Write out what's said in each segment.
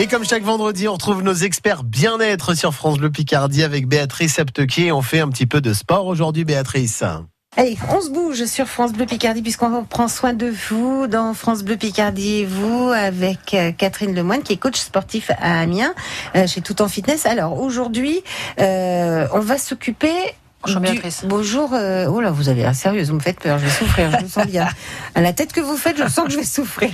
Et comme chaque vendredi, on retrouve nos experts bien-être sur France Bleu Picardie avec Béatrice Aptequier. On fait un petit peu de sport aujourd'hui, Béatrice. Allez, on se bouge sur France Bleu Picardie puisqu'on prend soin de vous dans France Bleu Picardie et vous avec euh, Catherine Lemoine qui est coach sportif à Amiens euh, chez Tout en Fitness. Alors aujourd'hui, euh, on va s'occuper Bonjour, du- Béatrice. Bonjour. euh, oh là, vous avez l'air sérieuse, vous me faites peur, je vais souffrir, je le sens bien. À la tête que vous faites, je sens que je vais souffrir.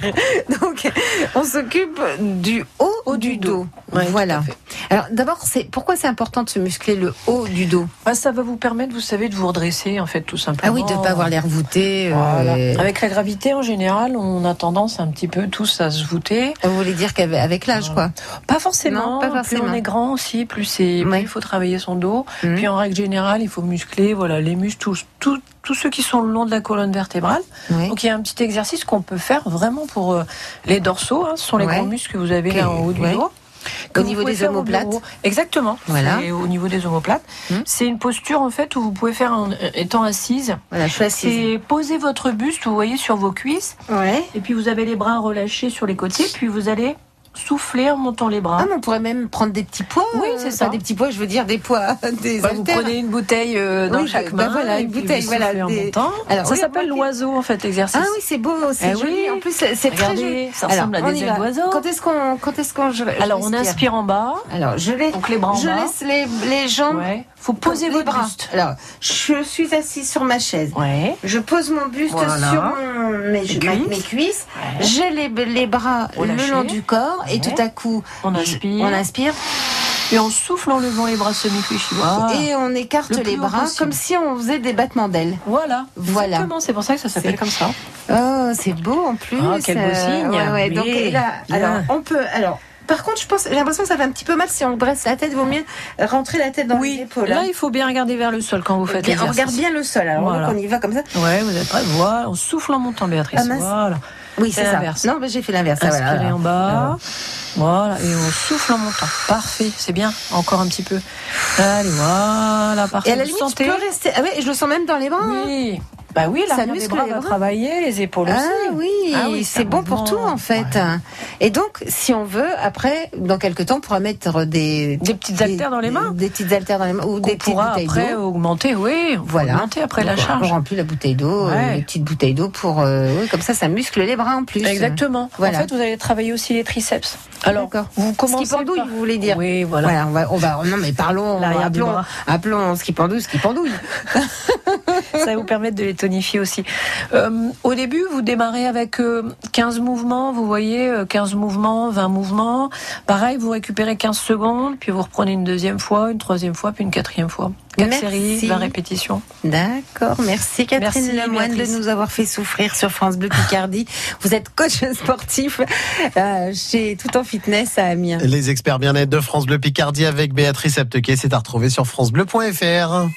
Donc, on s'occupe du haut, Haut du du dos. dos. Ouais, voilà. tout à fait. Alors d'abord, c'est pourquoi c'est important de se muscler le haut du dos Ah, ça va vous permettre, vous savez, de vous redresser, en fait, tout simplement. Ah oui, de ne pas avoir l'air voûté. euh, Voilà. et- Avec la gravité, en général, on a tendance un petit peu tous à se voûter. Vous voulez dire qu'avec avec l'âge, quoi. Pas forcément. Non, pas Plus forcément. on est grand aussi, plus, c'est- plus Ouais. il faut travailler son dos. Mhm. Puis en règle générale, il faut muscler voilà, les muscles, tous, tous- tous ceux qui sont le long de la colonne vertébrale. Oui. Donc il y a un petit exercice qu'on peut faire vraiment pour euh, les dorsaux. hein, ce sont les Ouais. grands muscles que vous avez Que- là en haut du ouais. dos. que Au vous niveau pouvez des faire au omoplates. bureau. Exactement. Voilà. C'est au niveau des omoplates. Hmm. C'est une posture en fait où vous pouvez faire en euh, étant assise. Voilà, je suis assise. C'est poser votre buste, vous voyez, sur vos cuisses. Ouais. Et puis vous avez les bras relâchés sur les côtés. Puis vous allez souffler en montant les bras. Ah, mais on pourrait même prendre des petits poids. Oui, euh, c'est ça. enfin, Des petits poids, je veux dire des poids, des Bah, vous haltères. prenez une bouteille euh, dans Ah, Oui, chaque bah main. voilà, et une puis bouteille, vous voilà, soufflez en des- montant. Alors, ça oui, s'appelle remarquez. l'oiseau en fait, l'exercice. Ah oui, c'est beau, c'est Eh joli. oui. En plus, c'est c'est très Regardez, joli. ça ressemble Alors, à on des y ailes va. d'oiseau. Quand est-ce qu'on, quand est-ce qu'on, je- je Alors on m'inspire. inspire en bas. Alors, je laisse, Donc les bras en je bas. laisse les, les jambes. Ouais. Faut poser Hum. les votre bras. buste. Alors, je suis assise sur ma chaise. Ouais. Je pose mon buste Voilà. sur mon- mes, Cuisse. ma- mes cuisses. Ouais. J'ai les, les bras le Relâchez. long du corps et Ouais. tout à coup, On je- inspire. on inspire Et on souffle en levant les bras semi-fléchis. Voilà. et on écarte Ah. Le plus les haut bras possible. comme si on faisait des battements d'ailes. Voilà. Voilà. Exactement, c'est pour ça que ça s'appelle comme ça. Oh, c'est beau en plus. Euh, Ah, quel beau signe. ouais, ouais. Donc Oui, là, bien. alors on peut. Alors, par contre, je pense, j'ai l'impression que ça fait un petit peu mal si on dresse la tête. Vaut mieux rentrer la tête dans les épaules. Là, hein. il faut bien regarder vers le sol quand vous Et faites bien, on l'exercice. regarde bien le sol. Alors Voilà. donc, on y va comme ça. Ouais, vous êtes prêts. Voilà, on souffle en montant, Béatrice. Ah, mince. voilà. Oui, C'est c'est ça. l'inverse. Non, mais j'ai fait l'inverse. ah, voilà, Inspirez voilà. en bas. Voilà, et on souffle en montant. Parfait, c'est bien. Encore un petit peu. Allez, voilà, parfait. Et à la Vous limite, sentez je peux rester. Ah ouais, je le sens même dans les bras. hein. Oui. Bah oui, Ça l'arrière des muscle bras les va bras. travailler, les épaules Ah aussi. oui, Ah oui, c'est bon pour tout carrément. en fait. Et donc, si on veut, après, dans quelques temps, on pourra mettre des, Des petites haltères dans les mains. des, petites haltères dans les mains ou Qu'on des petites pourra bouteilles après d'eau. augmenter, oui. Voilà. Augmenter après la Donc, On charge. remplit la bouteille d'eau, euh, Ouais. les petites bouteilles d'eau pour, euh, oui, comme ça, ça muscle les bras en plus. Exactement. Voilà. En fait, vous allez travailler aussi les triceps. Alors, D'accord. vous commencez Skip en douille, par- vous voulez dire Oui, voilà. Voilà, on va, on va, non mais parlons, L'arrière du appelons, bras. appelons ce qui pendouille, ce qui pendouille. Ça va vous permettre de les tonifier aussi. Euh, au début, vous démarrez avec euh, 15 mouvements, vous voyez, euh, 15 mouvements, 20 mouvements. Pareil, vous récupérez 15 secondes, puis vous reprenez une deuxième fois, une troisième fois, puis une quatrième fois. Quatre Merci. séries, 20 répétitions. D'accord, merci Catherine Merci, Lemoine de Béatrice. nous avoir fait souffrir sur France Bleu Picardie. Vous êtes coach sportif euh, chez Tout en Fitness à Amiens. Les experts bien-être de France Bleu Picardie avec Béatrice Aptequier, c'est à retrouver sur francebleu.fr.